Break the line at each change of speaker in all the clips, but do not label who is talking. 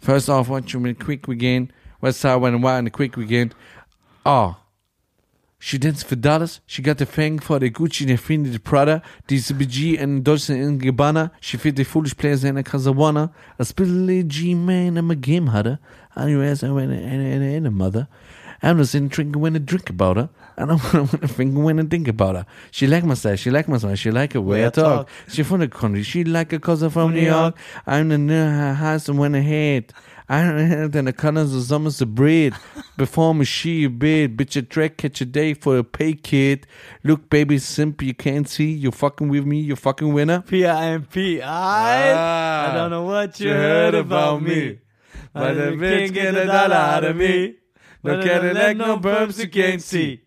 First off, once you're in quick weekend, West Side went wild in the quick weekend. Oh, she danced for dollars. She got the fang for the Gucci, the Fendi, the Prada, die CBG in Deutschland in Gabbana. She fit the foolish players in a Casawana. A spilly G man, I'm a game hunter. I knew as I went and, and, and a mother. I'm just in drink when I drink about her. And I want to think when I think about her. She like my style, she like my smile, she like a way I talk. She from the country, she like a cousin from New York. I'm the new house and when I hate. I then I kann so summers to breed. Before me she a bit, bitch a track, catch a day for a pay kid. Look baby simp, you can't see, you fucking with me, you fucking winner.
P.I.M.P. I, I don't know what you heard about me. Ah. But the bitch get a dollar out of me. No Cadillac, no berms, you can't see.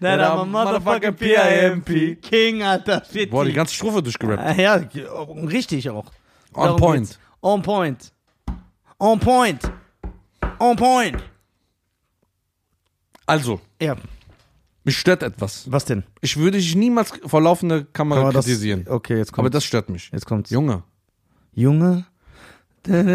That I'm a motherfucking P.I.M.P. King, Alter. Shit.
Boah, die ganze Strophe durchgerappt.
Ah, Ja, richtig auch.
On
Darum
point.
geht's. On point. On point. On point.
Also,
Ja,
mich stört etwas.
was denn?
Ich würde dich niemals vor laufender Kamera
Aber das-
kritisieren.
Okay, jetzt
aber
kommt.
das stört mich.
Jetzt kommt's.
Junge,
Junge.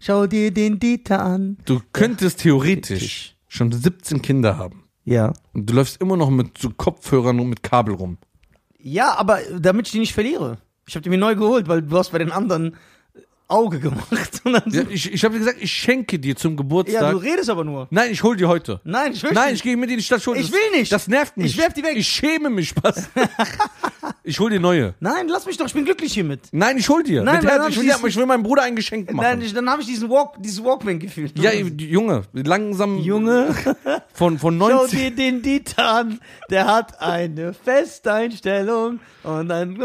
Schau dir den Dieter an.
du könntest theoretisch schon 17 Kinder haben.
Ja.
Und du läufst immer noch mit so Kopfhörern und mit Kabel rum.
Ja, aber damit ich die nicht verliere. Ich habe die mir neu geholt, weil du hast bei den anderen äh, Auge gemacht. Und dann
Ja, ich ich habe gesagt, ich schenke dir zum
ja,
Geburtstag.
du redest aber nur.
Nein, ich hol dir heute.
Nein, ich will
Nein, ich
nicht.
gehe mit dir in die Stadt. hol
Ich
das-
will nicht.
Das nervt mich.
Ich werf die weg.
Ich schäme mich, Spaß. ich hol dir neue.
Nein, lass mich doch, ich bin glücklich hiermit.
Nein, ich hol dir.
Nein,
Mit
weil
Herz,
dann
ich, will, dir-
schließen-
ich will meinem Bruder ein Geschenk machen.
Nein, ich, dann habe ich diesen Walk, dieses Walkman-Gefühl.
ja, Junge, langsam.
Junge,
Von, von
schau
90.
dir den Dieter an. Der hat eine Festeinstellung und ein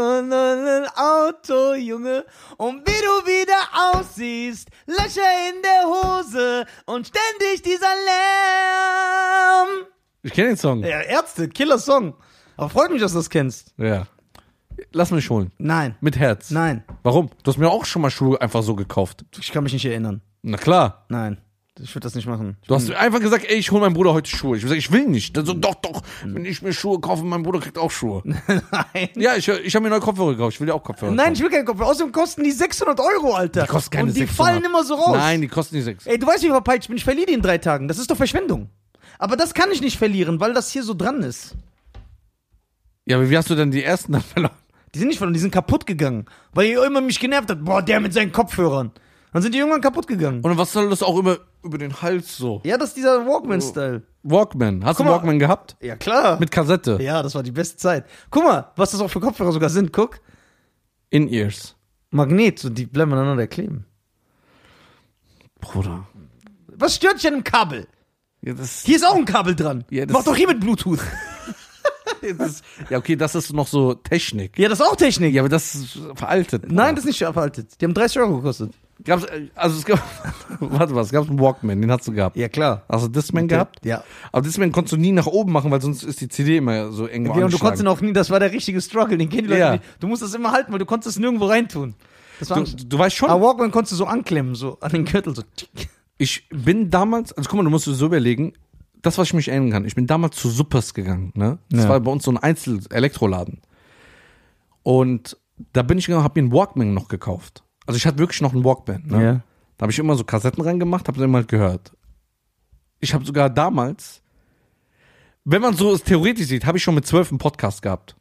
Auto, Junge. Und wie du wieder aussiehst, Löcher in der Hose und ständig dieser Lärm.
Ich kenne den Song.
Ja, Ärzte, killer Song. Aber freut mich, dass du das kennst.
Ja. Lass mich holen.
Nein,
Mit Herz.
nein,
Warum? Du hast mir auch schon mal Schuhe einfach so gekauft.
ich kann mich nicht erinnern.
Na klar.
Nein, ich würde das nicht machen.
Du hast einfach gesagt, ey, ich hole meinem Bruder heute Schuhe. Ich hab gesagt, ich will nicht. Dann so, doch, doch. Wenn ich mir Schuhe kaufe, mein Bruder kriegt auch Schuhe.
nein.
ja, ich, ich habe mir neue Kopfhörer gekauft. Ich will dir auch Kopfhörer
Nein, ich will keinen Kopf. Außerdem kosten die 600 Euro, Alter.
Die kosten keine
Und die
600.
fallen immer so raus.
Nein, die kosten nicht sechs.
Ey, du weißt, wie verpeitscht ich bin. Ich verliere die in drei Tagen. Das ist doch Verschwendung. Aber das kann ich nicht verlieren, weil das hier so dran ist.
Ja, aber wie hast du denn die ersten dann verloren?
Die sind nicht verloren, die sind kaputt gegangen. Weil ihr immer mich genervt habt. Boah, der mit seinen Kopfhörern. Dann sind die irgendwann kaputt gegangen.
Und was soll das auch über, über den Hals so?
ja, das ist dieser Walkman-Style.
Walkman. Hast
Guck
du
mal.
Walkman gehabt?
Ja, klar.
Oh. Mit Kassette.
ja, das war die beste Zeit. Guck mal, was das auch für Kopfhörer sogar sind. Guck.
In-Ears.
Magnet, so die bleiben aneinander kleben.
Bruder.
Was stört dich an einem Kabel?
Ja, das,
Hier ist auch ein Kabel dran.
Ja, das-
Mach doch hier mit Bluetooth.
das, ja, okay, das ist noch so Technik.
ja, das ist auch Technik.
Ja, aber das ist veraltet.
Nein, das ist nicht veraltet. Die haben 30 Euro gekostet.
Gab's, äh, also es gab, warte mal, es gab einen Walkman, den hast du gehabt.
Ja, klar.
Hast du Discman gehabt?
Ja.
Aber Discman konntest du nie nach oben machen, weil sonst ist die CD immer so eng
Ja, und du konntest ihn
angeschlagen.
auch nie, das war der richtige Struggle, den kennen die Leute
Ja.
nicht. Du musst das immer halten, weil du konntest es nirgendwo reintun. Das war
du, du weißt schon,
Aber Walkman konntest du so anklemmen, so an den Gürtel, so.
ich bin damals, also guck mal, du musst dir so überlegen, das, was ich mich erinnern kann, ich bin damals zu Suppers gegangen, ne? Das
Ja.
war bei uns so ein Einzel-Elektroladen. Und da bin ich gegangen, hab mir einen Walkman noch gekauft. Also ich hatte wirklich noch einen Walkman, ne?
Ja.
Da habe ich immer so Kassetten reingemacht, habe dann immer halt gehört. Ich habe sogar damals, wenn man so es theoretisch sieht, habe ich schon mit zwölf einen Podcast gehabt.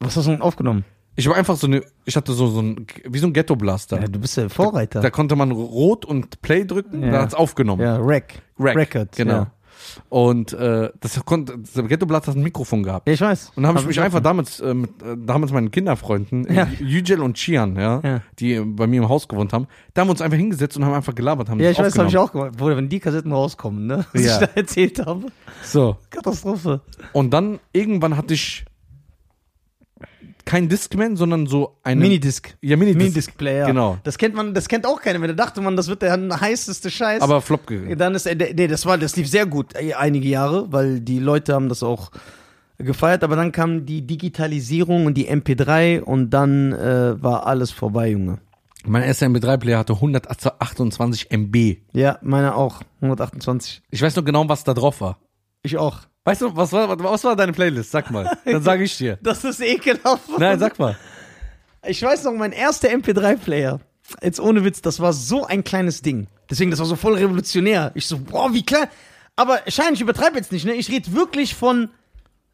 Was hast du denn aufgenommen?
Ich war einfach so eine, ich hatte so, so ein, wie so ein Ghetto-Blaster.
Ja, du bist der Vorreiter.
Da konnte man rot und Play drücken,
Ja.
da hat's aufgenommen.
ja, Rack.
Rack,
Record.
genau.
Ja.
Und äh, das konnte, das Ghettoblatt hat ein Mikrofon gehabt.
ja, ich weiß.
Und da habe ich
Hab
mich
auch
einfach
gemacht.
damals, äh, mit, äh, damals meinen Kinderfreunden,
Ja.
ja. Yücel und Chian, ja,
Ja.
die äh, bei mir im Haus gewohnt haben, da haben wir uns einfach hingesetzt und haben einfach gelabert, haben
Ja,
das
ich weiß, das habe ich
aufgenommen.
auch gemacht. Bruder, wenn die Kassetten rauskommen, ne? Was
Ja.
ich da erzählt habe.
So.
Katastrophe.
Und dann irgendwann hatte ich kein Discman, sondern so eine
Minidisc.
Ja, Minidisc.
Minidisc-Player.
Genau.
Das kennt man, das kennt auch keiner mehr. Da dachte man, das wird der heißeste Scheiß.
Aber flop gegangen.
Dann ist, äh, nee, das war, das lief sehr gut äh, einige Jahre, weil die Leute haben das auch gefeiert, aber dann kam die Digitalisierung und die MP3 und dann äh, war alles vorbei, Junge.
Mein erster MP3-Player hatte 128 MB.
Ja, meiner auch, 128.
Ich weiß noch genau, was da drauf war.
Ich auch.
Weißt du, was war, was war deine Playlist? Sag mal. Dann sage ich dir.
Das ist ekelhaft.
Nein, sag mal.
Ich weiß noch, mein erster MP3-Player, Jetzt ohne Witz, das war so ein kleines Ding. Deswegen, das war so voll revolutionär. Ich so, boah, wie klein. Aber Schein, ich übertreibe jetzt nicht, ne? Ich rede wirklich von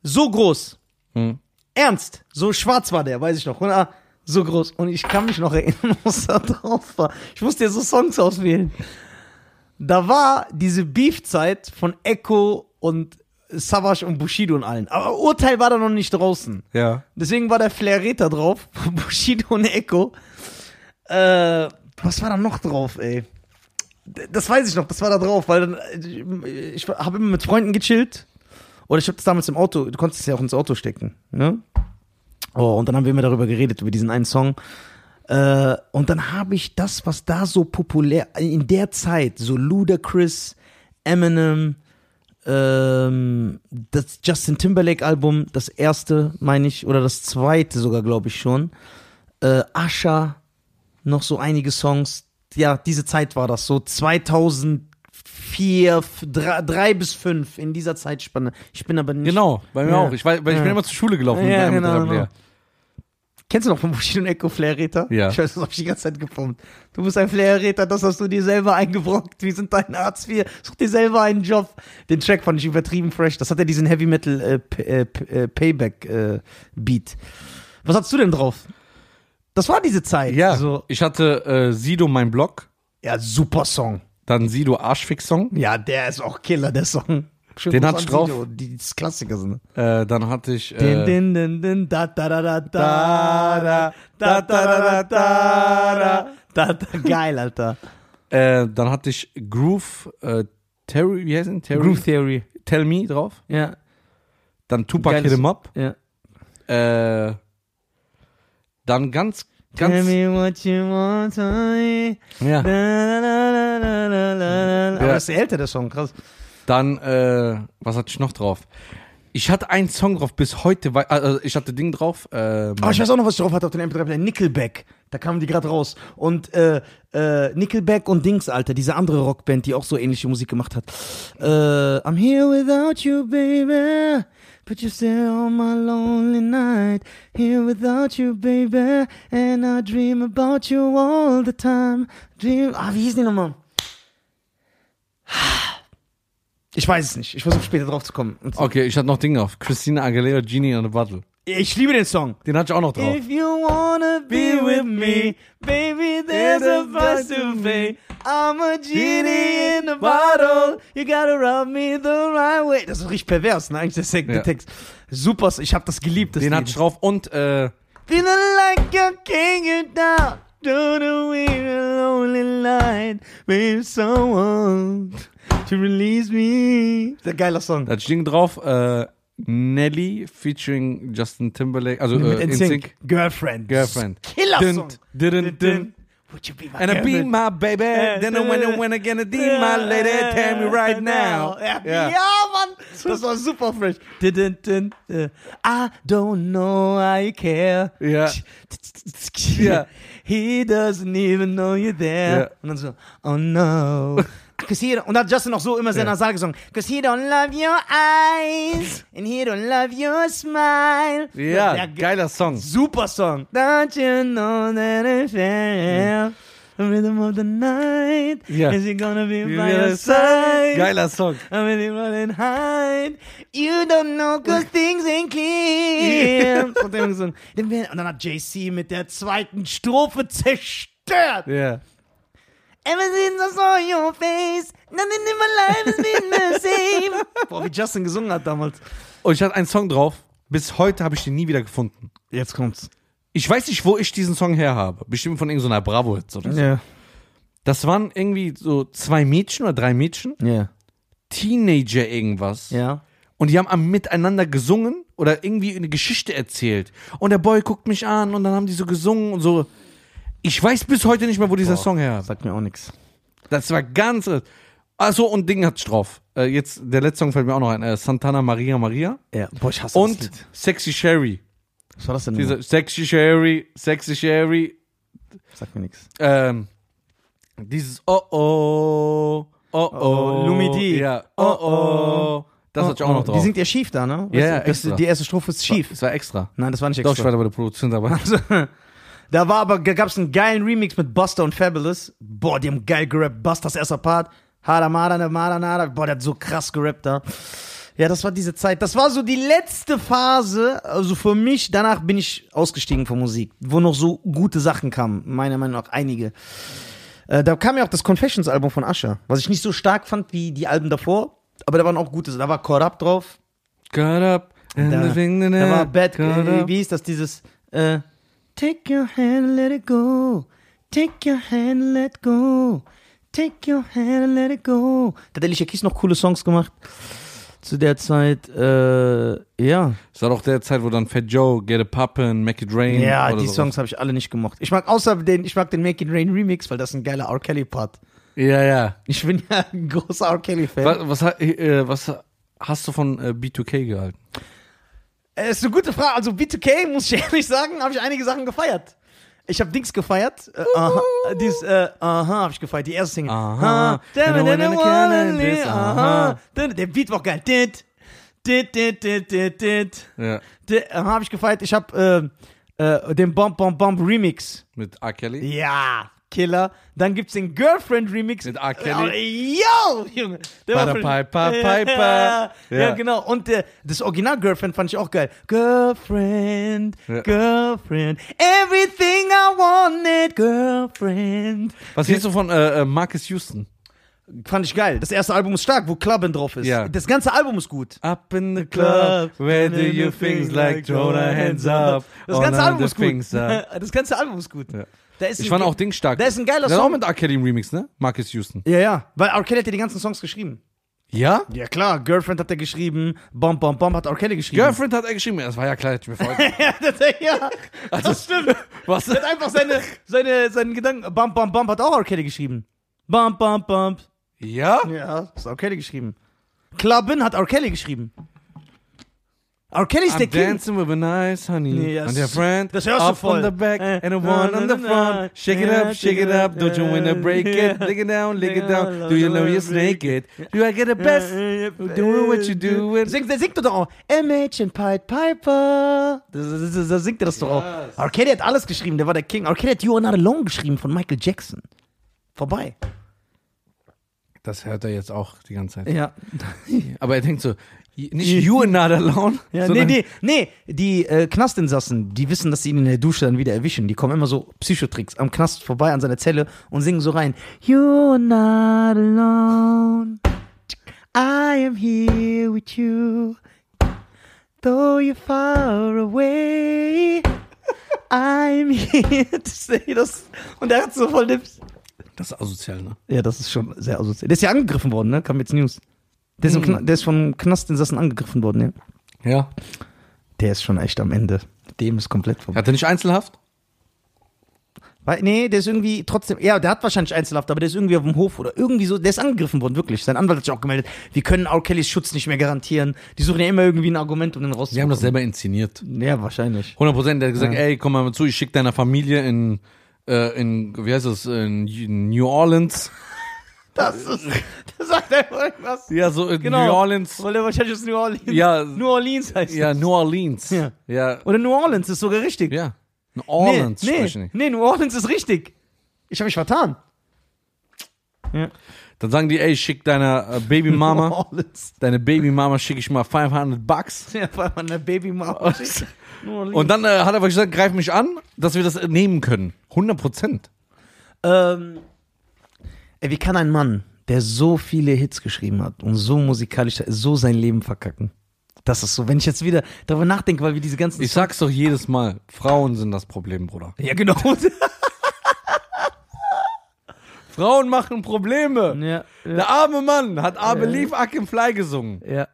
so groß.
Hm.
Ernst, so schwarz war der, weiß ich noch. Und, ah, so groß. Und ich kann mich noch erinnern, was da drauf war. Ich musste ja so Songs auswählen. Da war diese Beefzeit von Echo und Savage und Bushido und allen. Aber Urteil war da noch nicht draußen.
Ja.
Deswegen war der Flaireta drauf, von Bushido und Echo. Äh, was war da noch drauf, ey? D- Das weiß ich noch, das war da drauf, weil dann, äh, ich habe immer mit Freunden gechillt. Oder ich habe das damals im Auto, du konntest es ja auch ins Auto stecken, ne? Oh, und dann haben wir immer darüber geredet, über diesen einen Song. Äh, und dann habe ich das, was da so populär, in der Zeit, so Ludacris, Eminem, ähm, das Justin Timberlake Album, das erste, meine ich, oder das zweite sogar, glaube ich schon. Äh, Asha, noch so einige Songs. Ja, diese Zeit war das so 2004, f- drei, drei bis fünf in dieser Zeitspanne. Ich bin aber nicht.
Genau, bei mir
Ja.
auch. Ich, weiß, weil ich bin
Ja.
immer zur Schule gelaufen.
Ja,
mit meinem
genau,
Tablet.
genau. Kennst du noch von Bushido und Echo Flair-Räter?
Ja.
Ich weiß, das hab ich die ganze Zeit gepumpt. Du bist ein Flair-Räter, das hast du dir selber eingebrockt. Wir sind dein Arzt, wir such dir selber einen Job. Den Track fand ich übertrieben fresh. Das hat ja diesen Heavy Metal äh, P- äh, P- äh, Payback äh, Beat. Was hast du denn drauf? Das war diese Zeit.
Ja,
So,
ich hatte äh, Sido, mein Blog,
ja, super Song.
dann Sido Arschfix-Song,
Ja, der ist auch Killer, der Song. Schön
Den
Gruß
hat's
an
drauf.
Sido, Die das Klassiker sind.
äh, dann hatte ich
Din,
äh,
din, din, din, da, da, da, da,
Da,
da, da, da, da, da, da, da, da, geil, Alter.
äh, dann hatte ich Groove, äh, Terry, wie heißt denn? Terry?
Theory.
Tell Me drauf,
Ja,
dann Tupac
Geiles-
Hit 'em Up,
ja.
äh, dann ganz,
Tell
ganz,
me what you want, honey. Da,
ja,
da, da, da, da, da, da. Aber das ist älter, der Song, krass.
dann, äh, was hatte ich noch drauf? Ich hatte einen Song drauf, bis heute, wei- also ich hatte Ding drauf, ähm,
Aber ich weiß auch noch, was ich drauf hatte auf den MP3-Player. Nickelback. Da kamen die gerade raus. Und äh, äh, Nickelback und Dings, Alter, diese andere Rockband, die auch so ähnliche Musik gemacht hat. Äh, I'm here without you, baby. But you're still on my lonely night. Here without you, baby. And I dream about you all the time. Dream. Ah, wie hieß die nochmal? Ich weiß es nicht. Ich versuche später drauf zu kommen. Und-
okay, ich hatte noch Ding drauf, Christina Aguilera, Genie in a Bottle,
Ich liebe den Song.
den hatte ich auch noch drauf.
If you wanna be with me, baby, there's a price to pay. I'm a genie in a bottle. You gotta rub me the right way. Das ist richtig pervers, ne? Eigentlich der, Sek-
Ja.
der Text. Super, ich hab das geliebt. Das
den
Lied.
hatte ich drauf und, äh,
Feeling like a king and down. Don't know we a lonely light. With someone to release me. Der geiler Song.
Da ging drauf äh, Nelly featuring Justin Timberlake, also äh,
Mit
NSYNC.
NSYNC. Girlfriend.
Girlfriend.
Killer Song.
Dun, dun, dun, dun.
Would you be my
And I be
girlfriend?
my baby, then I went and went again, and be my lady, tell me right now.
Ja,
Ja.
ja, Mann, das war super fresh. Din, din, din, äh, I don't know I care.
Ja. Ja.
He doesn't even know you're there.
Ja.
Und dann so, oh no. Cause he don't- und dann hat Justin noch so immer sehr
Ja.
nasal gesungen. Cause he don't love your eyes and he don't love your smile.
Ja,
Der-
geiler Song.
Super Song. Don't you know that I fell? The rhythm of the night.
Ja.
Is it gonna be by your side?
Geiler Song.
I'm really running hide. You don't know, cause things ain't clear. Und dann gesungen. Den wir- und dann hat JC mit der zweiten Strophe zerstört.
Ja.
Ever since I saw your face, nothing in my life has been the same. Boah, wie Justin gesungen hat damals.
Und ich hatte einen Song drauf, bis heute habe ich den nie wieder gefunden.
Jetzt kommt's.
Ich weiß nicht, wo ich diesen Song her habe. Bestimmt von irgendeiner Bravo-Hits oder so.
Ja.
Das waren irgendwie so zwei Mädchen oder drei Mädchen,
Ja.
Teenager irgendwas.
Ja.
Und die haben am miteinander gesungen oder irgendwie eine Geschichte erzählt. Und der Boy guckt mich an und dann haben die so gesungen und so. Ich weiß bis heute nicht mehr, wo dieser Song her ist.
Sagt mir auch nichts.
Das war ganz. Achso, und Ding hat's drauf. Äh, jetzt, der letzte Song fällt mir auch noch ein. Äh, Santana Maria Maria.
Ja, boah, ich hasse das
Und
Lied.
Sexy Sherry.
Was war das denn?
Diese Sexy Sherry, Sexy Sherry.
Sag mir nichts.
Ähm, dieses Oh oh. Oh oh.
Oh, Lumidi.
Ja. Oh oh. Das hatte ich auch noch drauf.
Die singt ja schief da, ne?
Ja, ja,
das,
extra.
die erste Strophe ist schief.
das war extra.
Nein, das war nicht
Doch, ich
extra.
war da bei der Produktion dabei.
Also, Da war aber, da gab's einen geilen Remix mit Buster und Fabulous. Boah, die haben geil gerappt. Busters erster Part. Hada Mada, ne Mada, Nada. Boah, der hat so krass gerappt da. Ja, das war diese Zeit. Das war so die letzte Phase, also für mich. Danach bin ich ausgestiegen von Musik, wo noch so gute Sachen kamen. Meiner Meinung nach einige. Äh, da kam ja auch das Confessions-Album von Asher, was ich nicht so stark fand wie die Alben davor. Aber da waren auch gute. Da war Corrupt drauf.
Got up and
Da,
living in
da
it.
war Bad,
Got
äh,
up.
wie hieß das, dieses äh, Take your hand and let it go Take your hand and let go Take your hand and let it go Da hat Alicia Keys noch coole Songs gemacht zu der Zeit, äh, ja.
Das war doch der Zeit, wo dann Fat Joe, Get a Puppin, Make It Rain.
Ja,
oder
die
sowas.
Songs habe ich alle nicht gemocht. Ich mag außer den, ich mag den Make It Rain Remix, weil das ist ein geiler R. Kelly-Part.
Ja, ja.
Ich bin ja ein großer R. Kelly-Fan.
Was, was, ha- äh, was hast du von äh, B2K gehalten?
Äh, ist eine gute Frage. Also B2K, muss ich ehrlich sagen, habe ich einige Sachen gefeiert. Ich habe Dings gefeiert. Äh, aha, dies, äh, aha, habe ich gefeiert. Die erste Single.
Aha.
Damn it, damn it,
Aha.
this, aha. Der Beat war auch geil. Dit, dit, dit, dit, dit, dit.
Ja.
Dit, aha, habe ich gefeiert. Ich habe äh, äh, den Bomb, Bomb, Bomb Remix.
Mit R. Kelly?
Ja, Killer. Dann gibt's den Girlfriend Remix. Oh,
Mit R. Kelly.
Yo, Junge. Der
Bada Piper,
Ja,
Piper.
Ja,
Ja.
genau. Und äh, das Original Girlfriend fand ich auch geil. Girlfriend,
Ja.
Girlfriend. Everything I wanted, Girlfriend.
Was hältst du von äh, äh, Marcus Houston?
Fand ich geil. Das erste Album ist stark, wo Clubben drauf ist.
Ja.
Das ganze Album ist gut.
Up in the club, where do you things like throw the hands up?
Das ganze
all
Album
the
ist gut.
things up.
Das ganze Album ist gut.
Ja.
Da ist
Ich
ein
fand
ge-
auch Ding stark.
Da ist ein geiler
Das ist auch
Song.
mit R. Kelly im Remix, ne? Marcus Houston.
Ja, ja. Weil R. Kelly hat ja die ganzen Songs geschrieben.
Ja?
Ja klar, Girlfriend hat er geschrieben, Bomb Bomb Bomb hat R. Kelly geschrieben.
Girlfriend hat er geschrieben. Das war ja klar, hätte ich mir vorgestellt.
ja, das, ja,
Also-
das stimmt.
Was?
Er hat einfach seine, seine, seinen Gedanken. Bomb Bomb Bomb hat auch R. Kelly geschrieben. Bomb Bomb Bomb.
Ja?
Ja, ist R. Kelly geschrieben. Clubben hat R. Kelly geschrieben. R. Kelly ist der
I'm
Kind.
dancing with a nice honey
Nee, das-
and your friend
das hörst du
up
voll.
on the back
Äh,
and a one
na,
on
na,
the
na,
front.
na.
Shake it up, shake it up, don't you wanna break it?
Ja.
Lick it down, lick it
Ja,
down. Do you know you're
break
naked? Do I get the best? Doing what you do with
Singt, der singt doch auch. MH and Pied Piper. Da singt er das doch
Yes.
auch. R. Kelly hat alles geschrieben, der war der King. R. Kelly hat You Are Not Alone geschrieben von Michael Jackson. Vorbei.
Das hört er jetzt auch die ganze Zeit.
Ja.
Aber er denkt so, nicht you and not alone.
ja nee,
sondern-
nee, nee. Die äh, Knastinsassen, die wissen, dass sie ihn in der Dusche dann wieder erwischen. Die kommen immer so Psychotricks am Knast vorbei an seiner Zelle und singen so rein. You are not alone. I am here with you. Though you're far away. I'm here to say das. Und er hat so voll den
Das ist asozial, ne?
ja, das ist schon sehr asozial. Der ist ja angegriffen worden, ne? Kam jetzt News. Der ist, im
Hm.
Kna- der ist vom Knastinsassen angegriffen worden, ja.
Ja.
Der ist schon echt am Ende. Dem ist komplett vorbei.
Hat er nicht Einzelhaft?
Weil, nee, der ist irgendwie trotzdem. Ja, der hat wahrscheinlich Einzelhaft, aber der ist irgendwie auf dem Hof oder irgendwie so. Der ist angegriffen worden, wirklich. Sein Anwalt hat sich auch gemeldet. Wir können R. Kellys Schutz nicht mehr garantieren. Die suchen ja immer irgendwie ein Argument, um den
Die haben
rauszuholen.
das selber inszeniert.
Ja, wahrscheinlich.
100 Prozent. Der hat gesagt, ey, komm mal zu, ich schick deiner Familie in, äh, in wie heißt das, in, in New Orleans.
Das ist. Das sagt einfach irgendwas.
Ja, so in
Genau.
Äh, New Orleans.
Weil der wahrscheinlich ist New Orleans.
Ja.
New Orleans heißt
Ja,
das.
New Orleans.
Ja.
Ja.
Oder New Orleans ist sogar richtig.
ja. New Orleans
nee,
sprechen
nee,
die.
nee, New Orleans ist richtig. Ich habe mich vertan. Ja.
Dann sagen die, ey, schick deiner äh,
New
Babymama,
Orleans.
deine Babymama schicke ich mal 500 Bucks.
Ja, weil man eine Babymama schickt. New Orleans.
Oh. Und dann äh, hat er aber gesagt, greif mich an, dass wir das äh, nehmen können. 100 Prozent.
Ähm, ey, wie kann ein Mann, der so viele Hits geschrieben hat und so musikalisch, so sein Leben verkacken? Das ist so, wenn ich jetzt wieder darüber nachdenke, weil wir diese ganzen.
Ich sag's doch jedes Mal, Frauen sind das Problem, Bruder.
ja, genau.
Frauen machen Probleme.
ja, ja,
Der arme Mann hat I
Ja.
Believe I Can Fly gesungen.
ja.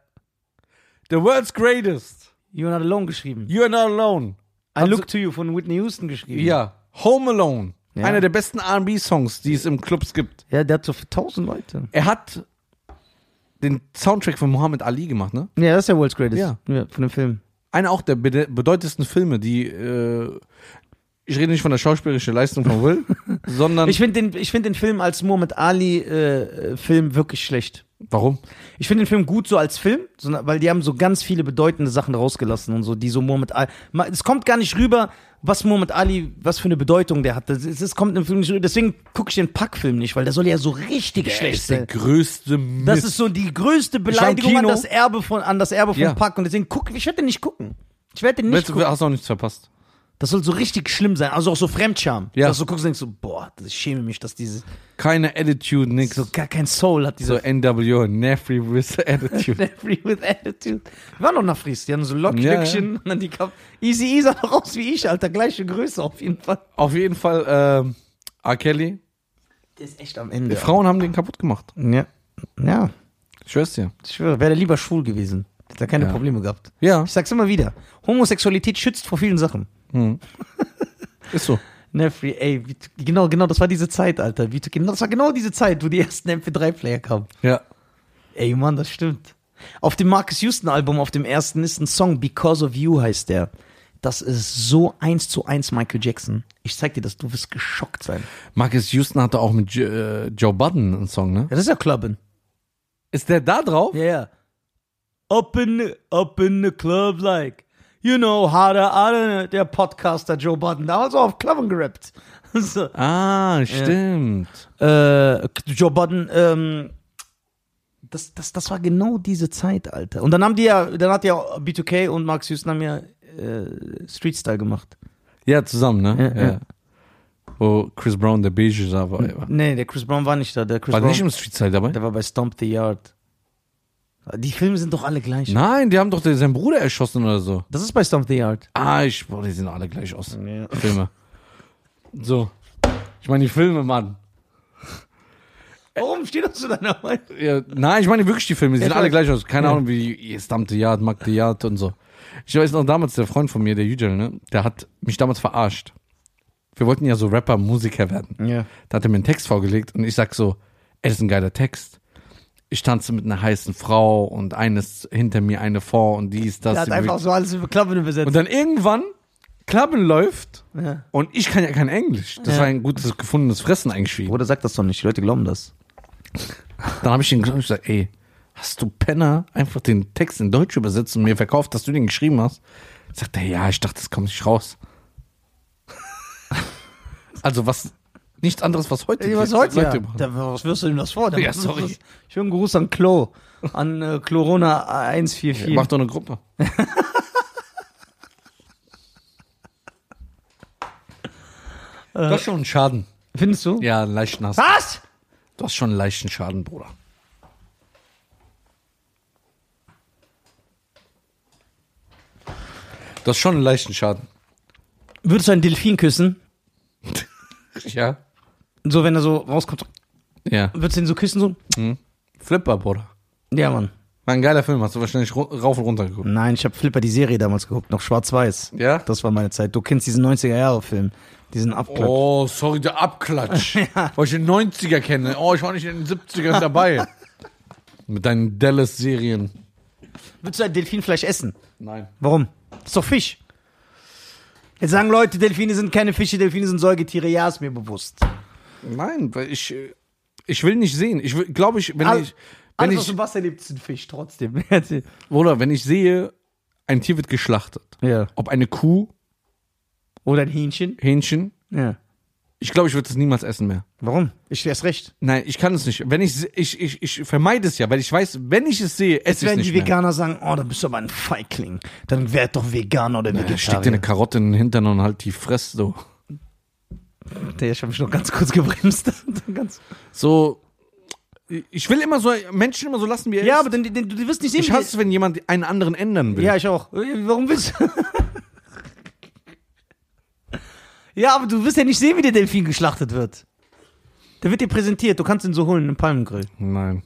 The world's greatest.
You Are Not Alone geschrieben.
You are not alone.
I Look to You von Whitney Houston geschrieben.
Ja. Home Alone.
Ja.
Einer der besten R&B-Songs, die es im Clubs gibt.
Ja, der hat so für tausend Leute.
Er hat den Soundtrack von Muhammad Ali gemacht, ne?
Ja, das ist ja World's Greatest.
Ja.
von dem Film.
Einer auch der bede- bedeutendsten Filme, die, äh, ich rede nicht von der schauspielerischen Leistung von Will, sondern,
Ich finde den, ich find den Film als Muhammad Ali-Film wirklich schlecht.
warum?
Ich finde den Film gut so ne, als Film, sondern- weil die haben so ganz viele bedeutende Sachen rausgelassen und so, die so Muhammad Ali. Ma- Es kommt gar nicht rüber, was Muhammad Ali, was für eine Bedeutung der hat. Das, ist- das kommt im Film nicht. so- Deswegen gucke ich den Pack-Film nicht, weil der soll ja so richtig
Der
schlecht
ist der
sein.
größte Mist.
Das ist so die größte Beleidigung an
Kino.
das Erbe von, an das Erbe von
Ja.
Pack. Und deswegen guck, ich werde den nicht gucken. Ich werde den nicht
Willst,
gucken.
hast du auch nichts verpasst.
Das soll so richtig schlimm sein. Also auch so Fremdscham.
Ja.
Dass du guckst und denkst so, boah, ich schäme mich, dass dieses,
Keine Attitude, nix.
so
So,
gar kein Soul hat, dieser
NWO, Nefri with Attitude.
Free with Attitude. Wir waren doch nach Fries, die haben so Lockstückchen
Ja,
und dann die Kap Easy E sah noch aus wie ich, Alter. Gleiche Größe auf jeden Fall.
Auf jeden Fall, ähm, R. Kelly.
Der ist echt am Ende.
Frauen haben den kaputt gemacht.
Ja. Ja,
Ich schwör's dir.
ich schwöre, wäre der lieber schwul gewesen. Hätte er keine
Ja.
Probleme gehabt.
Ja,
Ich sag's immer wieder. Homosexualität schützt vor vielen Sachen.
ist so.
Nefri, ey, wie, genau, genau, das war diese Zeit, Alter. Wie, genau, das war genau diese Zeit, wo die ersten MP3-Player kamen.
Ja.
Ey, Mann, das stimmt. Auf dem Marcus Houston-Album, auf dem ersten, ist ein Song, Because of You heißt der. Das ist so eins zu eins Michael Jackson. Ich zeig dir das, du wirst geschockt sein.
Marcus Houston hatte auch mit Jo- äh, Joe Budden einen Song, ne?
Ja, das ist ja Clubben.
Ist der da drauf?
Ja, ja. Up in, the- up in the club like, you know, harder, harder, der Podcaster Joe Budden. Damals auch auf Clubben gerappt. so.
Ah, stimmt.
äh, Joe Budden, ähm, das, das, das war genau diese Zeit, Alter. Und dann haben die ja, dann hat ja B2K und Mark Houston haben ja äh, Street Style gemacht.
Ja, zusammen, ne?
Ja, ja.
Wo Chris Brown der Beige sah, war, war
Nee, der Chris Brown war nicht da. Der Chris
war
Brown,
nicht im Street Style dabei?
der war bei Stomp the Yard. Die Filme sind doch alle gleich.
Nein, die haben doch den- seinen Bruder erschossen oder so.
Das ist bei Stomp the Yard.
Ah, ich, boah, die sehen alle gleich aus.
Ja.
Filme. So. Ich meine die Filme, Mann.
Warum steht das zu deiner Meinung?
Ja, nein, ich meine wirklich die Filme. Die sehen
ich
alle
weiß.
gleich aus. Keine Ahnung, wie ihr stammte Yard, magte Yard und so. Ich weiß noch damals, der Freund von mir, der Yücel, ne, der hat mich damals verarscht. Wir wollten ja so Rapper, Musiker werden.
Ja.
Da hat er mir einen Text vorgelegt und ich sag so, ey, das ist ein geiler Text. Ich tanze mit einer heißen Frau und eines hinter mir eine vor und dies, das.
Der hat
die
einfach
Bewe-
so alles über Klappen übersetzt.
und dann irgendwann, Klappen läuft
ja.
und ich kann ja kein Englisch. Das
Ja.
war ein gutes, gefundenes Fressen eigentlich für ihn.
Bruder, sag das doch nicht. Die Leute glauben das.
Dann habe ich den gesagt, ich sag, ey, hast du Penner einfach den Text in Deutsch übersetzt und mir verkauft, dass du den geschrieben hast? Sagt er, ja, ich dachte, das kommt nicht raus. also was, nichts anderes, was heute,
Ey, was
die
heute? Ja.
Leute machen.
Da, was wirfst du ihm das vor? Da
Ja,
machst du
sorry.
das- Schönen Gruß an Klo, an äh, Chlorona 144.
Mach doch eine Gruppe. Du hast schon einen Schaden.
Findest du?
Ja, einen leichten hast du.
Was?
Du hast schon einen leichten Schaden, Bruder. Du hast schon einen leichten Schaden.
Würdest du einen Delfin küssen?
Ja?
So, wenn er so rauskommt,
Ja.
würdest du ihn so küssen? So?
Flipper, Bruder.
Ja, Mann.
War ein geiler Film, hast du wahrscheinlich ru- rauf und runter geguckt.
Nein, ich habe Flipper die Serie damals geguckt, noch schwarz-weiß.
Ja?
Das war meine Zeit. Du kennst diesen 90er-Jahre-Film, diesen Abklatsch.
Oh, sorry, der Abklatsch. Weil ich den 90er kenne. Oh, ich war nicht in den 70ern dabei. Mit deinen Dallas-Serien.
Würdest du ein Delfinfleisch essen?
Nein.
Warum? Das ist doch Fisch. Jetzt sagen Leute, Delfine sind keine Fische, Delfine sind Säugetiere. Ja, ist mir bewusst.
Nein, weil ich, äh, ich will nicht sehen. Ich will, glaube ich, wenn
Al-
ich, wenn
Alles, was
ich,
im Wasser lebt, ist ein Fisch, trotzdem.
oder wenn ich sehe, ein Tier wird geschlachtet.
ja.
Ob eine Kuh,
Oder ein Hähnchen.
Hähnchen,
Ja.
ich glaube, ich würde es niemals essen mehr.
Warum? Ich erst recht.
Nein, ich kann es nicht. Wenn ich, se- ich, ich, ich vermeide es ja, weil ich weiß, wenn ich es sehe, esse ich es
Wenn
nicht
die
mehr.
Veganer sagen, oh, dann bist du aber ein Feigling, dann wär doch Veganer oder
Ja, Steck dir
Vegetarier.
eine Karotte in den Hintern und halt die Fress so.
Der ich habe mich noch ganz kurz gebremst. ganz
So, ich will immer so Menschen immer so lassen, wie er
ja,
ist.
aber dann, dann, du wirst nicht sehen.
Ich hasse es, wenn jemand einen anderen ändern will.
ja, ich auch. Äh, Warum willst du? ja, aber du wirst ja nicht sehen, wie der Delfin geschlachtet wird. Der wird dir präsentiert. Du kannst ihn so holen, einen Palmengrill.
Nein.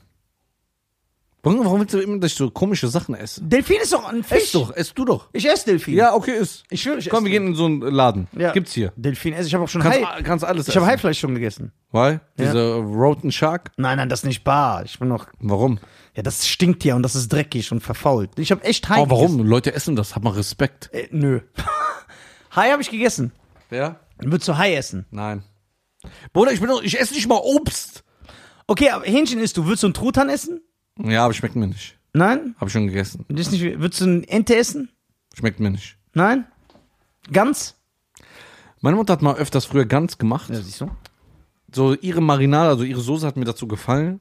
Warum, warum willst du immer, dass ich so komische Sachen esse?
Delfin ist doch ein Fisch.
Ess doch, ess du doch.
Ich esse Delfin.
Ja, okay, ist.
Ich schwöre, ich
Komm, wir
esse
gehen in so einen Laden.
Ja.
Gibt's hier.
Delfin esse ich habe auch schon
Kannst,
Hai.
kannst alles
Ich habe
essen.
Haifleisch schon gegessen.
Weil? Dieser Roten Shark?
Nein, nein, das ist nicht bar. Ich bin noch
Warum?
Ja, das stinkt ja und das ist dreckig und verfault. Ich habe echt Hai
Oh, warum? Leute essen das, hab mal Respekt.
gegessen. Äh, nö. Hai habe ich gegessen.
Ja?
Würdest du Hai essen?
Nein. Bruder, ich bin doch, ich esse nicht mal Obst.
Okay, aber Hähnchen isst du. Würdest du einen Truthahn essen?
Ja, aber schmeckt mir nicht.
Nein?
Hab ich schon gegessen.
Das ist nicht, würdest du eine Ente essen?
Schmeckt mir nicht.
Nein? Gans?
Meine Mutter hat mal öfters früher Gans gemacht.
Ja, siehst du?
So ihre Marinade, also ihre Soße hat mir dazu gefallen.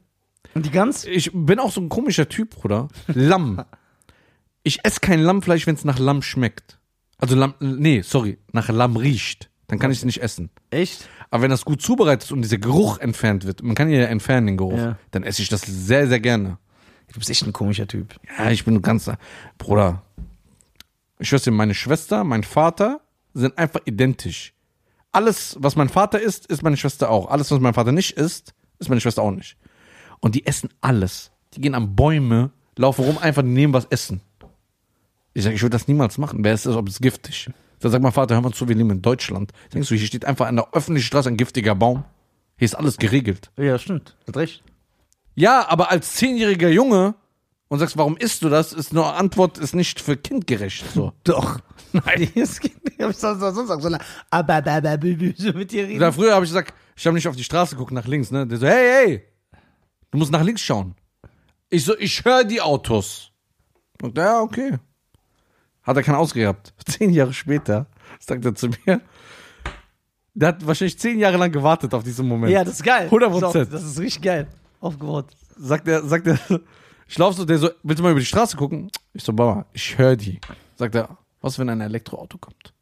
Und die Gans?
Ich bin auch so ein komischer Typ, Bruder. Lamm. Ich esse kein Lammfleisch, wenn es nach Lamm schmeckt. Also Lamm, nee, sorry, nach Lamm riecht. Dann kann ich es nicht essen.
Echt?
Aber wenn das gut zubereitet ist und dieser Geruch entfernt wird, man kann ihn ja entfernen, den Geruch,
Ja.
dann esse ich das sehr, sehr gerne.
Du bist echt ein komischer Typ.
Ja, ich bin ein ganzer. Bruder, ich schwör's dir, meine Schwester, mein Vater sind einfach identisch. Alles, was mein Vater isst, ist meine Schwester auch. Alles, was mein Vater nicht isst, ist meine Schwester auch nicht. Und die essen alles. Die gehen an Bäume, laufen rum, einfach die nehmen was essen. Ich sage, ich würde das niemals machen. Wer ist das, ob es giftig? Dann sagt mein Vater, hör mal zu, wir leben in Deutschland. Denkst du, hier steht einfach an der öffentlichen Straße ein giftiger Baum? Hier ist alles geregelt.
Ja, stimmt. Hat recht.
Ja, aber als zehnjähriger Junge und sagst, warum isst du das, ist nur Antwort, ist nicht für kindgerecht. So.
Doch. Nein. Das geht nicht. Hab ich sonst, was sonst sagen sollen. Aber, aber, aber, aber, so mit dir
Da
reden.
früher habe ich gesagt, ich habe nicht auf die Straße geguckt, nach links. Ne? Der so, hey, hey, du musst nach links schauen. Ich so, ich höre die Autos. Und ja, okay. Hat er keinen ausgehabt. Zehn Jahre später sagt er zu mir, der hat wahrscheinlich zehn Jahre lang gewartet auf diesen Moment.
Ja, das ist geil.
100%.
So, Das ist richtig geil. Aufgebaut.
sagt er, sagt er, ich laufe so, der so, willst du mal über die Straße gucken? Ich so, Baba, ich höre die. Sagt er, was, wenn ein Elektroauto kommt?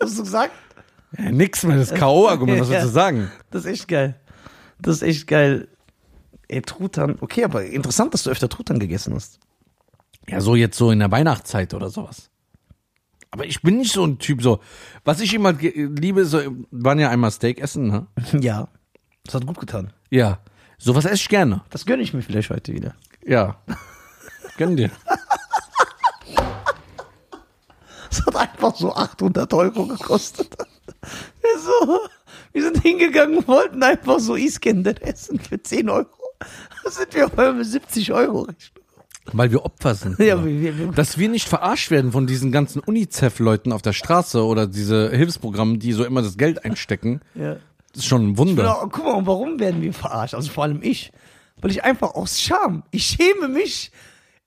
Hast du gesagt?
Ja, nix mehr, das K.O.-Argument, was willst du sagen?
Das ist echt geil. Das ist echt geil. Ey, Truthahn. Okay, aber interessant, dass du öfter Truthahn gegessen hast.
Ja, so jetzt so in der Weihnachtszeit oder sowas. Aber ich bin nicht so ein Typ, so, was ich immer ge- liebe, so, waren ja einmal Steak essen, ne?
Ja. Das hat gut getan.
Ja. Sowas esse ich gerne.
Das gönne ich mir vielleicht heute wieder.
Ja. Gönn dir.
Das hat einfach so 800 Euro gekostet. Wir, so, wir sind hingegangen und wollten einfach so Iskender essen für 10 Euro. Da sind wir auf einmal 70 Euro.
Weil wir Opfer sind.
Ja,
Bruder.
wir, wir, wir,
dass wir nicht verarscht werden von diesen ganzen UNICEF-Leuten auf der Straße oder diese Hilfsprogramme, die so immer das Geld einstecken,
ja.
ist schon ein Wunder.
Genau, guck mal, und warum werden wir verarscht? Also vor allem ich. Weil ich einfach aus Scham, ich schäme mich.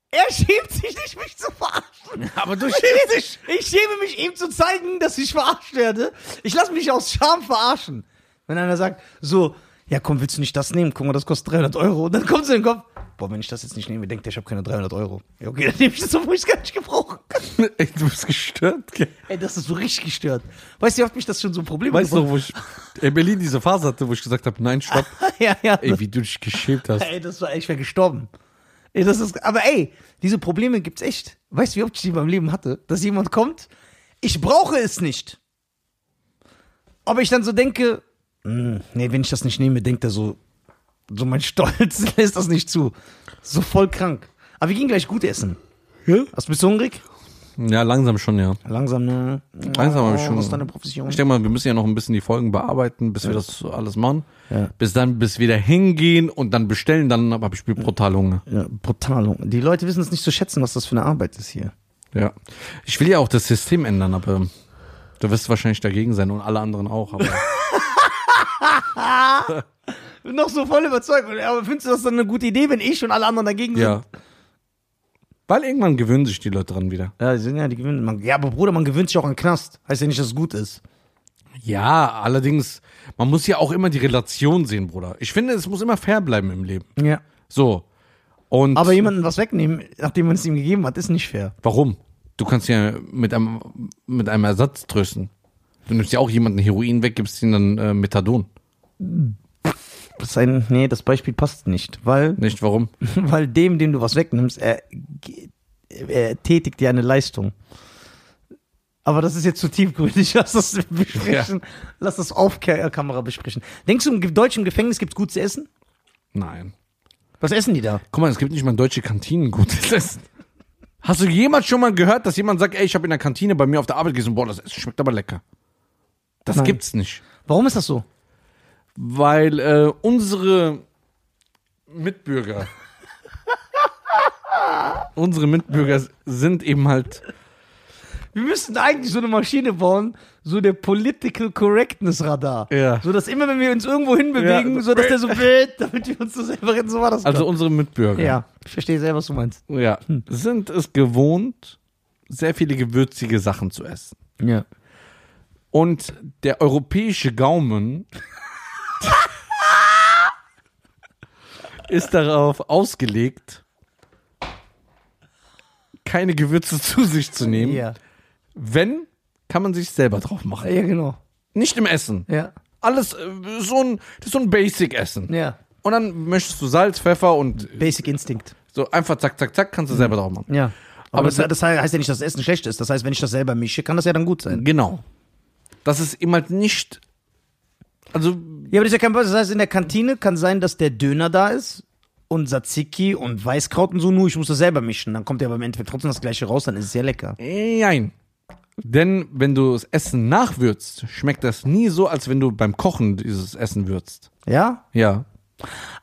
Er schämt sich nicht, mich zu verarschen.
Aber du
Ich- Ich schäme mich, ihm zu zeigen, dass ich verarscht werde. Ich lasse mich aus Scham verarschen. Wenn einer sagt, so, ja komm, willst du nicht das nehmen? Guck mal, das kostet 300 Euro. Und dann kommt so in den Kopf, boah, wenn ich das jetzt nicht nehme, denkt der, ich habe keine 300 Euro. Ja, okay, dann nehme ich das, obwohl ich es gar nicht gebrauchen kann.
Ey, du bist gestört. gell?
Ey, das ist so richtig gestört. Weißt du, wie oft mich das schon so ein Problem
Weißt du, wo ich in Berlin diese Phase hatte, wo ich gesagt habe, nein, stopp.
ja, ja.
Ey, wie du dich geschämt hast.
Ey, das war, ich wäre gestorben. Ey, das ist, aber ey, diese Probleme gibt's echt. Weißt du, wie oft ich die beim Leben hatte? Dass jemand kommt, ich brauche es nicht. Aber ich dann so denke, "Hm, nee, wenn ich das nicht nehme, denkt er so, so mein Stolz lässt das nicht zu. So voll krank. Aber wir gehen gleich gut essen.
Ja?
Hast du bist du hungrig?
Ja, langsam schon, ja.
Langsam, ne?
Langsam habe ich schon.
Was ist deine Profession?
Ich denke mal, wir müssen ja noch ein bisschen die Folgen bearbeiten, bis wir das so alles machen.
Ja.
Bis dann, bis wir da hingehen und dann bestellen, dann habe ich brutal Hunger.
Ja, brutal. hungrig. Die Leute wissen es nicht zu schätzen, was das für eine Arbeit ist hier.
Ja. Ich will ja auch das System ändern, aber du wirst wahrscheinlich dagegen sein und alle anderen auch. Aber
Noch so voll überzeugt. Aber findest du das dann eine gute Idee, wenn ich und alle anderen dagegen sind?
ja. Weil irgendwann gewöhnen sich die Leute dran wieder.
Ja, die sind ja, die gewinnen. Man, ja, aber Bruder, man gewöhnt sich auch an Knast. Heißt ja nicht, dass es gut ist.
Ja, allerdings, man muss ja auch immer die Relation sehen, Bruder. Ich finde, es muss immer fair bleiben im Leben.
Ja.
So. Und
Aber jemanden was wegnehmen, nachdem man es ihm gegeben hat, ist nicht fair.
warum? Du kannst ja mit einem, mit einem Ersatz trösten. Du nimmst ja auch jemanden Heroin weg, gibst ihm dann äh, Methadon.
Das ist ein, nee, das Beispiel passt nicht. Weil,
Nicht warum?
weil dem, dem du was wegnimmst, er, ge- er tätigt dir eine Leistung. Aber das ist jetzt zu tiefgründig. Lass das besprechen. Lass das auf Ka- Kamera besprechen. Denkst du, im ge- deutschen Gefängnis gibt's gut zu essen?
Nein.
Was essen die da?
Guck mal, es gibt nicht mal in deutsche Kantinen gutes Essen. Hast du jemals schon mal gehört, dass jemand sagt, ey, ich habe in der Kantine bei mir auf der Arbeit gegessen, boah, das Essen schmeckt aber lecker. Das
Nein.
gibt's nicht.
Warum ist das so?
Weil äh, unsere Mitbürger, unsere Mitbürger sind eben halt,
Wir müssten eigentlich so eine Maschine bauen, so der Political Correctness Radar.
Ja.
So dass immer, wenn wir uns irgendwo hinbewegen,
Ja, so-
so dass der so wird, damit wir uns so selber retten, so war das.
also
doch.
unsere Mitbürger,
ja, Hm. ich verstehe selber, was du meinst.
ja, sind es gewohnt, sehr viele gewürzige Sachen zu essen.
Ja.
Und der europäische Gaumen ist darauf ausgelegt, keine Gewürze zu sich zu nehmen.
Ja.
Wenn, kann man sich selber drauf machen.
Ja, genau.
Nicht im Essen.
Ja.
Alles äh, so ein, das ist so ein Basic-Essen.
Ja.
Und dann möchtest du Salz, Pfeffer und
Basic Instinct.
so einfach zack, zack, zack, kannst du selber drauf machen.
Ja.
Aber
Aber, das, das heißt ja nicht, dass das Essen schlecht ist. Das heißt, wenn ich das selber mische, kann das ja dann gut sein.
Genau. Das ist eben halt nicht. Also,
Ja, aber das ist ja kein Problem. Das heißt, in der Kantine kann sein, dass der Döner da ist und Tzatziki und Weißkraut und so, nur ich muss das selber mischen. Dann kommt ja aber im Endeffekt trotzdem das gleiche raus, dann ist es ja lecker.
äh, nein. Denn wenn du das Essen nachwürzt, schmeckt das nie so, als wenn du beim Kochen dieses Essen würzt.
Ja?
Ja.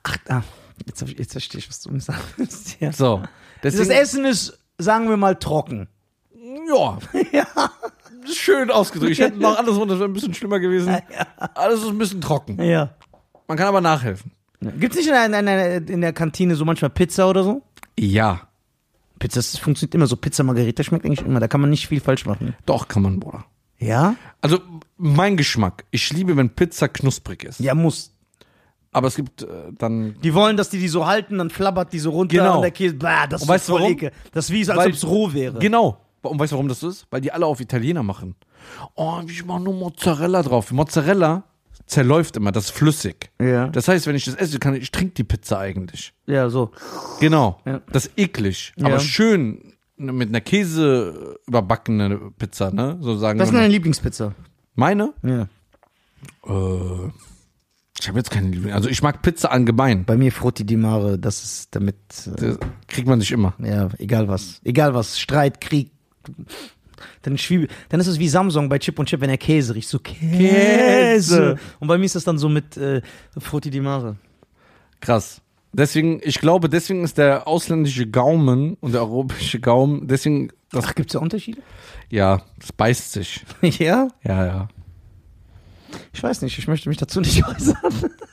Ach, ah, jetzt, hab ich, jetzt verstehe ich, was du mir sagen willst. Ja.
So.
Das
Deswegen,
Essen ist, sagen wir mal, trocken.
ja. Schön ausgedrückt. Ich hätte noch alles das wäre ein bisschen schlimmer gewesen. Alles ist ein bisschen trocken.
Ja.
Man kann aber nachhelfen.
Gibt es nicht in der, in, der, in der Kantine so manchmal Pizza oder so?
Ja.
Pizza das funktioniert immer so. Pizza Margherita schmeckt eigentlich immer. Da kann man nicht viel falsch machen.
Doch, kann man, Bruder.
Ja?
Also, mein Geschmack. Ich liebe, wenn Pizza knusprig ist.
Ja, muss.
Aber es gibt äh, dann
Die wollen, dass die die so halten, dann flabbert die so runter
Genau.
und der Käse, bah, das
Und
ist
weißt du
voll
warum?
ekel. Das ist wie, als
Weil-
ob es roh wäre.
Genau. Und weißt du, warum das so ist? Weil die alle auf Italiener machen. Oh, ich mache nur Mozzarella drauf. Mozzarella zerläuft immer, das ist flüssig.
Ja.
Das heißt, wenn ich das esse, kann ich, ich trinke die Pizza eigentlich.
Ja, so.
Genau.
Ja.
Das ist eklig. Aber
Ja.
schön mit einer Käse überbackene Pizza, ne? So sagen
Was ist
wir mal.
deine Lieblingspizza?
Meine?
Genau. Ja.
Äh, ich habe jetzt keine Lieblings. Also ich mag Pizza allgemein.
Bei mir Frutti di Mare, das ist damit, äh,
Das kriegt man nicht immer.
ja, egal was. Egal was, Streit, Krieg. Dann, schwie- dann ist es wie Samsung bei Chip und Chip, wenn er Käse riecht, so Käse.
Käse.
Und bei mir ist das dann so mit äh, Frutti di Mare.
Krass. Deswegen, ich glaube, deswegen ist der ausländische Gaumen und der europäische Gaumen, deswegen, das
Ach, gibt's da Unterschiede?
Ja, das beißt sich.
ja?
Ja, ja.
Ich weiß nicht, ich möchte mich dazu nicht äußern.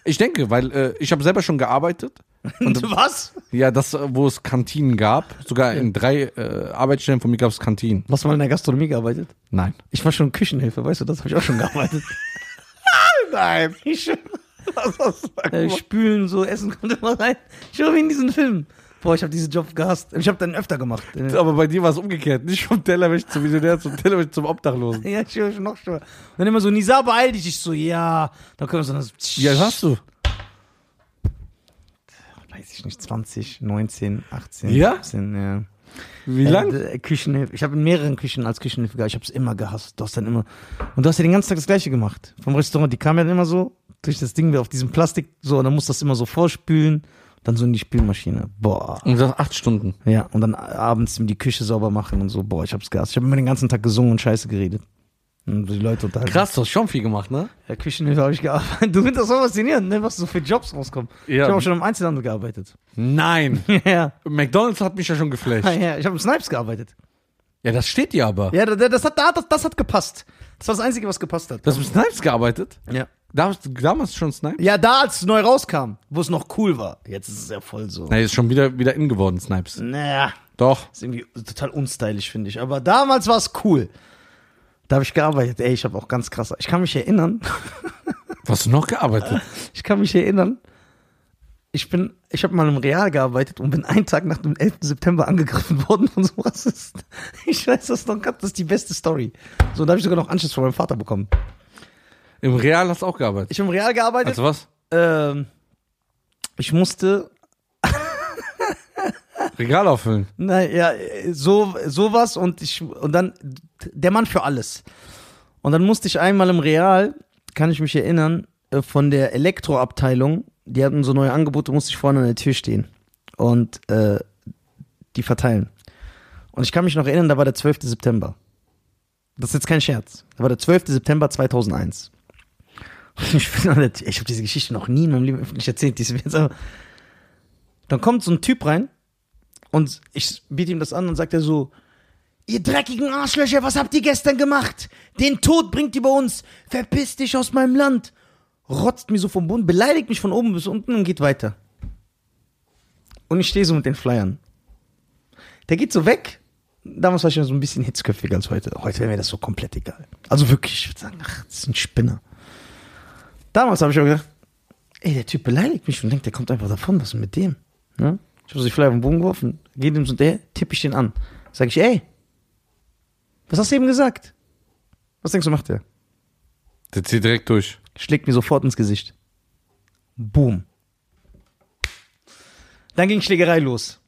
Ich denke, weil äh, ich habe selber schon gearbeitet.
Und was?
Ja, das, äh, wo es Kantinen gab. Sogar in drei äh, Arbeitsstellen von mir gab es Kantinen.
Hast du mal in der Gastronomie gearbeitet?
Nein.
Ich war schon Küchenhilfe, weißt du, das habe ich auch schon gearbeitet. Nein. Ich, äh, spülen, so Essen kommt immer rein. Ich war wie in diesem Film. Boah, ich habe diesen Job gehasst. Ich habe dann öfter gemacht. Äh,
Aber bei dir war es umgekehrt. Nicht vom Tellerwäsch zum Millionär, zum Tellerwäsch zum Obdachlosen.
Ja, ich höre schon noch schlimmer. Und dann immer so, Nisa, beeil dich. Ich so, ja. Dann können wir so, das,
Ja, das hast du.
weiß ich nicht, 20, 19, 18,
Ja?
17, ja.
Wie
Äh,
lang?
d- Küchenhilfe. Ich habe in mehreren Küchen als Küchenhilfe gearbeitet. Ich habe es immer gehasst. Du hast dann immer. Und du hast ja den ganzen Tag das Gleiche gemacht. Vom Restaurant, die kamen ja dann immer so durch das Ding auf diesem Plastik so und dann musst du das immer so vorspülen. Dann so in die Spülmaschine. Boah.
Und das acht Stunden.
Ja, und dann äh, abends die Küche sauber machen und so. Boah, ich hab's gehasst. Ich habe immer den ganzen Tag gesungen und Scheiße geredet. Und die Leute unterhalten.
Krass, du hast schon viel gemacht, ne?
Ja, Küchenhilfe habe ich gearbeitet. Du findest das so faszinierend, ne? was so für Jobs rauskommen.
Ja.
Ich habe auch schon im Einzelhandel gearbeitet.
Nein.
ja.
McDonalds hat mich ja schon geflasht.
ja. Ich habe im Snipes gearbeitet.
Ja, das steht dir aber.
Ja, das, das, hat, das, das hat gepasst. Das war das Einzige, was gepasst hat.
Du hast mit Snipes gearbeitet?
ja.
Damals, damals schon Snipes?
ja, da, als es neu rauskam, wo es noch cool war. Jetzt ist es ja voll so.
Nee, ist schon wieder, wieder in geworden, Snipes.
Naja,
Doch.
ist irgendwie total unstylisch, finde ich. Aber damals war es cool. Da habe ich gearbeitet. Ey, ich habe auch ganz krass. Ich kann mich erinnern.
Was hast du noch gearbeitet?
Ich kann mich erinnern. Ich bin, ich habe mal im Real gearbeitet und bin einen Tag nach dem 11. September angegriffen worden von so einem Rassisten. Ich weiß das noch ganz, das ist die beste Story. So, da habe ich sogar noch Anschluss von meinem Vater bekommen.
Im Real hast du auch gearbeitet.
Ich habe im Real gearbeitet.
Also was?
ähm, ich musste,
Regal auffüllen.
naja, so, sowas und ich, und dann, der Mann für alles. Und dann musste ich einmal im Real, kann ich mich erinnern, äh, von der Elektroabteilung, die hatten so neue Angebote, musste ich vorne an der Tür stehen und äh, die verteilen. Und ich kann mich noch erinnern, da war der 12. September. Das ist jetzt kein Scherz. Da war der 12. September 2001. Und Ich, bin an der Tür- ich habe diese Geschichte noch nie in meinem Leben öffentlich erzählt. Die ist mir jetzt aber- Dann kommt so ein Typ rein und ich biete ihm das an und sagt er so, Ihr dreckigen Arschlöcher, was habt ihr gestern gemacht? Den Tod bringt ihr bei uns. Verpiss dich aus meinem Land. Rotzt mir so vom Boden, beleidigt mich von oben bis unten und geht weiter. Und ich stehe so mit den Flyern. Der geht so weg. damals war ich ja so ein bisschen hitzköpfiger als heute. Heute wäre mir das so komplett egal. Also wirklich, ich würde sagen, ach, das ist ein Spinner. Damals habe ich auch gedacht, ey, der Typ beleidigt mich und denkt, der kommt einfach davon, was ist denn mit dem? Ne? Ich habe so die Flyer auf den Boden geworfen, geht ihm so der, tippe ich den an. Sag ich, ey, was hast du eben gesagt? Was denkst du, macht der?
Der zieht direkt durch.
Schlägt mir sofort ins Gesicht. Boom. Dann ging Schlägerei los.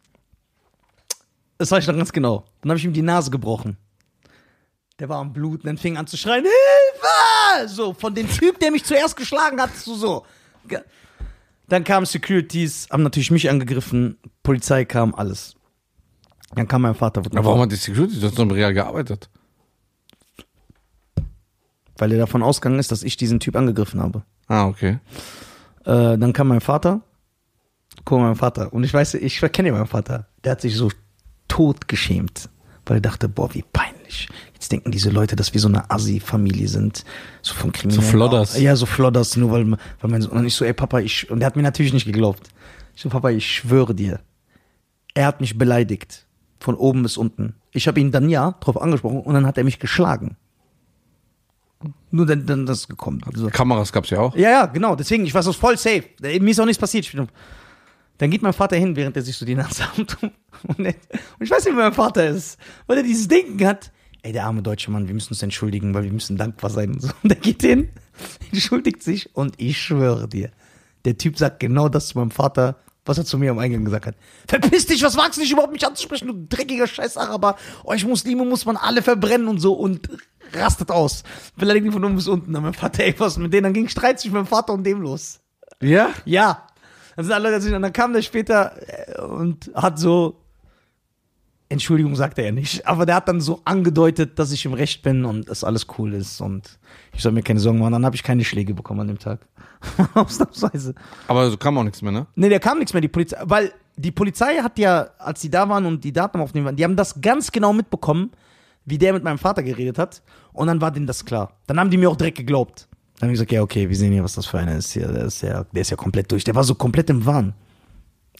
Das weiß ich noch ganz genau. Dann habe ich ihm die Nase gebrochen. Der war am Bluten, dann fing an zu schreien, Hilfe! So, von dem Typ, der mich zuerst geschlagen hat, so, so. Ge- Dann kamen Securities, haben natürlich mich angegriffen, Polizei kam, alles. Dann kam mein Vater. wurde-
Aber warum hat die Security sonst noch im Real gearbeitet?
Weil er davon ausgegangen ist, dass ich diesen Typ angegriffen habe.
Ah, okay.
Äh, dann kam mein Vater. Guck mal, mein Vater. Und ich weiß, ich kenne ja meinen Vater. Der hat sich so tot geschämt, weil er dachte, boah, wie peinlich. Jetzt denken diese Leute, dass wir so eine Assi-Familie sind. So von Kriminellen.
So Flodders.
Ja, so Flodders, nur weil, weil mein Sohn. Und ich so, ey, Papa, ich. Und der hat mir natürlich nicht geglaubt. Ich so, Papa, ich schwöre dir. Er hat mich beleidigt. Von oben bis unten. Ich habe ihn dann ja drauf angesprochen und dann hat er mich geschlagen. Nur dann, dann das gekommen. So.
Kameras gab's ja auch.
Ja, ja, genau. Deswegen, ich war so voll safe. Mir ist auch nichts passiert. Ich bin, dann geht mein Vater hin, während er sich so die Nase antut. Und, er- und ich weiß nicht, wie mein Vater ist, weil er dieses Denken hat. Ey, der arme deutsche Mann, wir müssen uns entschuldigen, weil wir müssen dankbar sein und so. Und er geht hin, entschuldigt sich und ich schwöre dir, der Typ sagt genau das zu meinem Vater, was er zu mir am Eingang gesagt hat. Verpiss dich, was wagst du dich überhaupt mich anzusprechen, du dreckiger Scheiß-Araber. Euch Muslime muss man alle verbrennen und so und rastet aus. Beleidigt ihn von oben bis unten. Dann mein Vater, ey, was mit denen? Dann ging Streit zwischen meinem Vater und dem los.
Ja?
Ja. Dann sind alle Leute dazwischen. Und dann kam der später äh, und hat so. Entschuldigung sagte er nicht. Aber der hat dann so angedeutet, dass ich im Recht bin und dass alles cool ist. Und ich soll mir keine Sorgen machen. Dann habe ich keine Schläge bekommen an dem Tag. Ausnahmsweise.
Aber so kam auch nichts mehr, ne?
Nee, der kam nichts mehr, die Polizei. Weil die Polizei hat ja, als die da waren und die Daten am aufnehmen waren, die haben das ganz genau mitbekommen, wie der mit meinem Vater geredet hat. Und dann war denen das klar. Dann haben die mir auch direkt geglaubt. Dann haben die gesagt, ja, okay, wir sehen ja, was das für einer ist. hier. der, ist ja, der ist ja komplett durch. Der war so komplett im Wahn.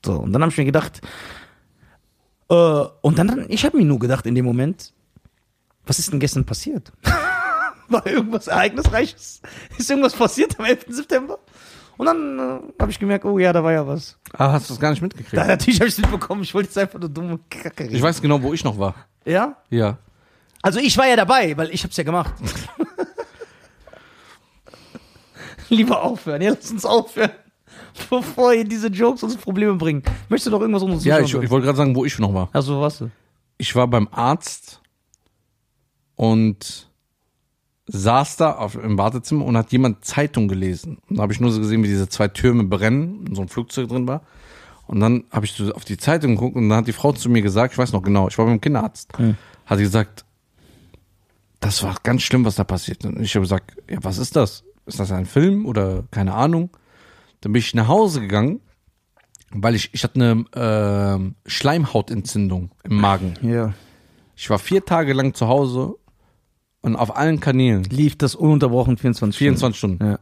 So, und dann habe ich mir gedacht, äh, und dann- dann, ich habe mir nur gedacht in dem Moment, was ist denn gestern passiert? War irgendwas Ereignisreiches? Ist irgendwas passiert am 11. September? Und dann äh, habe ich gemerkt, oh ja, da war ja was.
Ah, hast du das gar nicht
Da,
mitgekriegt?
natürlich habe ich es mitbekommen. Ich wollte jetzt einfach nur dumme Kacke reden.
Ich weiß genau, wo ich noch war.
ja?
Ja.
Also ich war ja dabei, weil ich habe es ja gemacht. Lieber aufhören. Ja, lass uns aufhören. Bevor ihr diese Jokes uns Probleme bringen. Möchtest du noch irgendwas unseres
Ja, ich, ich wollte gerade sagen, wo ich noch war.
Also, was du?
Ich war beim Arzt und saß da auf, im Wartezimmer und hat jemand Zeitung gelesen. Und da habe ich nur so gesehen, wie diese zwei Türme brennen und so ein Flugzeug drin war. Und dann habe ich so auf die Zeitung geguckt und dann hat die Frau zu mir gesagt, ich weiß noch genau, ich war beim Kinderarzt, hat sie gesagt, das war ganz schlimm, was da passiert. Und ich habe gesagt, ja, was ist das? Ist das ein Film oder keine Ahnung? Dann bin ich nach Hause gegangen, weil ich, ich hatte eine ähm, Schleimhautentzündung im Magen.
Ja.
Ich war vier Tage lang zu Hause und auf allen Kanälen.
Lief das ununterbrochen 24
24 Stunden.
Ja.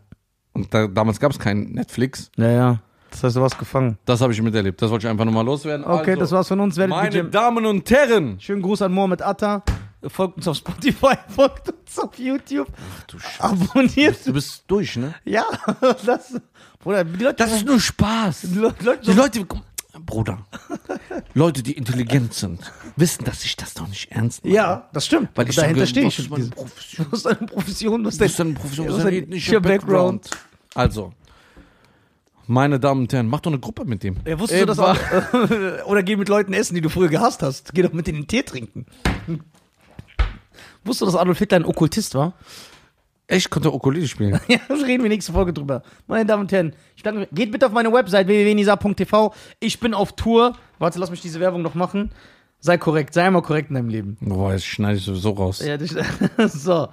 Und da, damals gab es kein Netflix.
Ja, ja. Das heißt, du warst gefangen.
Das habe ich miterlebt. Das wollte ich einfach nochmal loswerden.
Okay,
also,
das war's von uns. Werdet
Meine
BGM.
Damen und Herren.
Schönen Gruß an Mohamed Atta. Folgt uns auf Spotify, folgt uns auf YouTube.
Du, Sch-
Abonniert.
du bist durch, ne?
Ja, das. Bruder, die Leute.
Das ist nur Spaß.
die Leute,
Die Leute, Bruder, Leute, die intelligent sind, wissen, dass ich das doch nicht ernst meine.
ja, das stimmt.
weil ich
dahinter
sage,
stehe
was
ne? ich.
ist meine Profession?
Du hast eine Profession, du hast
Das ist
dein-
ein Profession,
Ja,
das ist
das
ein
ist ein
ethnischer
Background.
Background. Also, meine Damen und Herren, mach doch eine Gruppe mit dem.
Ja, wusstest du das auch? Oder geh mit Leuten essen, die du früher gehasst hast. Geh doch mit denen Tee trinken. Hm. Wusstest du, dass Adolf Hitler ein Okkultist war?
Ich konnte Okulite spielen.
Ja, das reden wir nächste Folge drüber. Meine Damen und Herren, ich danke, geht bitte auf meine Website www.nisa.tv. Ich bin auf Tour. Warte, lass mich diese Werbung noch machen. Sei korrekt, sei einmal korrekt in deinem Leben.
Boah, jetzt schneide ich sowieso raus.
Ja, das, Ah. so.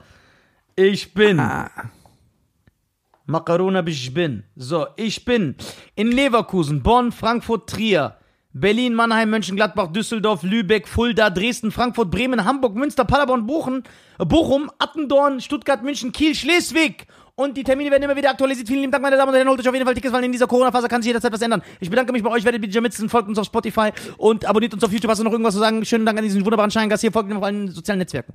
Ich bin.
Ah.
Makarona bis ich bin. So, ich bin in Leverkusen, Bonn, Frankfurt, Trier, Berlin, Mannheim, Mönchengladbach, Düsseldorf, Lübeck, Fulda, Dresden, Frankfurt, Bremen, Hamburg, Münster, Paderborn, Bochum, äh, Bochum, Attendorn, Stuttgart, München, Kiel, Schleswig Und die Termine werden immer wieder aktualisiert. Vielen lieben Dank, meine Damen und Herren. Holt euch auf jeden Fall Tickets, weil in dieser Corona-Phase kann sich jederzeit was ändern. Ich bedanke mich bei euch, werdet BJ Mitzen, folgt uns auf Spotify und abonniert uns auf YouTube. Hast du noch irgendwas zu sagen? Schönen Dank an diesen wunderbaren Scheingast hier. Folgt mir auf allen sozialen Netzwerken.